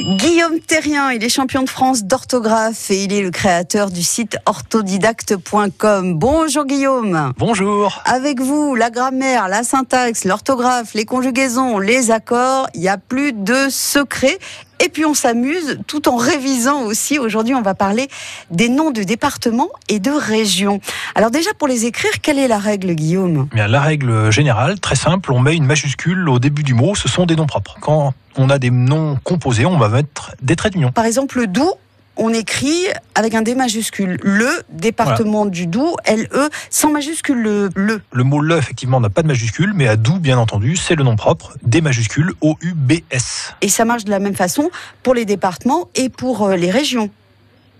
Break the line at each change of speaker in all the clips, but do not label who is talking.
Guillaume Terrien, il est champion de France d'orthographe et il est le créateur du site orthodidacte.com. Bonjour Guillaume.
Bonjour.
Avec vous, la grammaire, la syntaxe, l'orthographe, les conjugaisons, les accords, il n'y a plus de secret. Et puis on s'amuse tout en révisant aussi. Aujourd'hui, on va parler des noms de départements et de régions. Alors déjà, pour les écrire, quelle est la règle, Guillaume
Eh Bien, la règle générale, très simple, on met une majuscule au début du mot, ce sont des noms propres. Quand on a des noms composés, on va mettre des traits d'union.
Par exemple, le Doubs, on écrit avec un D majuscule. Le département du Doubs, LE, sans majuscule, le, le.
Le mot le, effectivement, n'a pas de majuscule, mais à doux, bien entendu, c'est le nom propre, des majuscules, O-U-B-S.
Et ça marche de la même façon pour les départements et pour euh, les régions.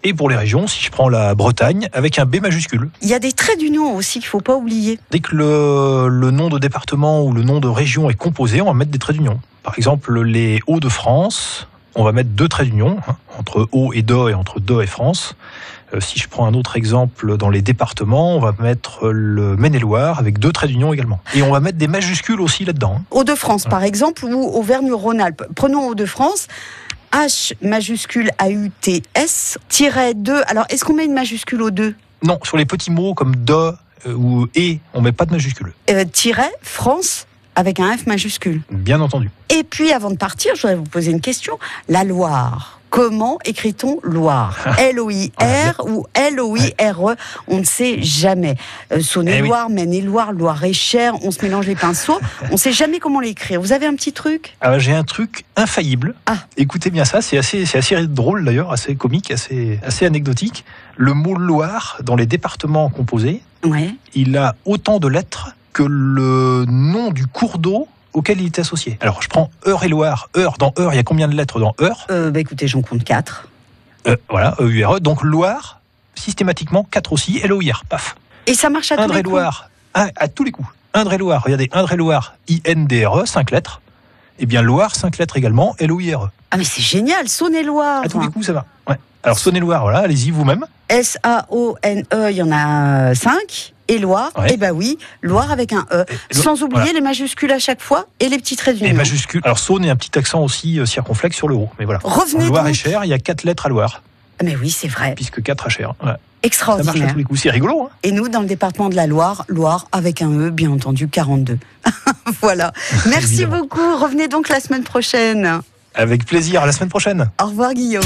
Et pour les régions, si je prends la Bretagne, avec un B majuscule.
Il y a des traits d'union aussi qu'il faut pas oublier.
Dès que le, le nom de département ou le nom de région est composé, on va mettre des traits d'union. Par exemple, les Hauts-de-France, on va mettre deux traits d'union, hein, entre Haut et Do et entre Do et France. Euh, si je prends un autre exemple dans les départements, on va mettre le Maine-et-Loire avec deux traits d'union également. Et on va mettre des majuscules aussi là-dedans. hein.
Hauts-de-France, par exemple, ou Auvergne-Rhône-Alpes. Prenons Hauts-de-France. H majuscule A-U-T-S, tiret 2. Alors, est-ce qu'on met une majuscule au 2
Non, sur les petits mots comme Do euh, ou Et, on met pas de majuscule,
euh, Tiret France avec un F majuscule.
bien entendu.
Et puis, avant de partir, je voudrais vous poser une question. La Loire. Comment écrit-on Loire
Ah.
L-O-I-R ou L-O-I-R-E E, On ne sait jamais. Euh,
Eh
Saône-et-Loire, Maine-et-Loire, Loire-et-Cher, on se mélange les pinceaux. On ne sait jamais comment l'écrire. Vous avez un petit truc
Ah, J'ai un truc infaillible.
Ah.
Écoutez bien ça, c'est assez, c'est assez drôle d'ailleurs, assez comique, assez, assez anecdotique. Le mot Loire, dans les départements composés,
Ouais.
il a autant de lettres que le nom du cours d'eau auquel il est associé. Alors je prends Eure et Loire. Eure, dans Eure, il y a combien de lettres dans Eure
Euh, bah écoutez, j'en compte 4.
Euh, Voilà, E-U-R-E. Donc Loire, systématiquement, 4 aussi, L-O-I-R, paf.
Et ça marche à tous les coups.
Indre-et-Loire, à, à tous les coups. Indre-et-Loire, regardez, Indre-et-Loire, I-N-D-R-E, 5 E, lettres. Eh bien Loire, 5 lettres également, L-O-I-R-E.
Ah mais c'est génial, Saône-et-Loire.
À tous les coups, ça va. Ouais. Alors Saône-et-Loire, voilà, allez-y vous-même.
S-A-O-N-E, E, il y en a 5. Et Loire,
Ouais.
eh ben oui, Loire avec un E.
Et-
Sans oublier
voilà.
les majuscules à chaque fois et les petits traits
Et
d'union.
majuscule. Alors Saône et un petit accent aussi euh, circonflexe sur le haut. Mais voilà.
Revenez
Loire
donc. Ah,
et Cher, il y a 4 lettres à Loire,
Mais oui, c'est vrai.
puisque 4 à Cher. Ouais. Ça marche à
Extraordinaire.
tous les coups, c'est rigolo. Hein
Et nous, dans le département de la Loire, Loire avec un E, bien entendu, 42. voilà. Merci
Évidemment.
beaucoup. Revenez donc la semaine prochaine.
Avec plaisir, à la semaine prochaine.
Au revoir, Guillaume.